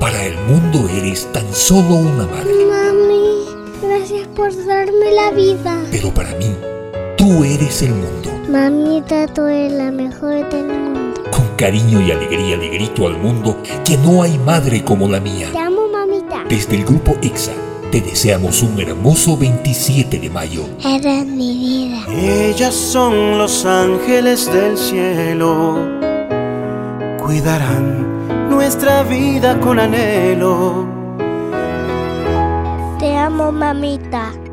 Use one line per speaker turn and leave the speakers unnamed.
para el mundo eres tan solo una madre.
Mami, gracias por darme la vida.
Pero para mí, tú eres el mundo.
Mamita, tú eres la mejor del mundo.
Con cariño y alegría le grito al mundo que no hay madre como la mía.
Te amo, mamita.
Desde el grupo EXA, te deseamos un hermoso 27 de mayo.
Eres mi vida.
Ellas son los ángeles del cielo, cuidarán nuestra vida con anhelo.
Te amo, mamita.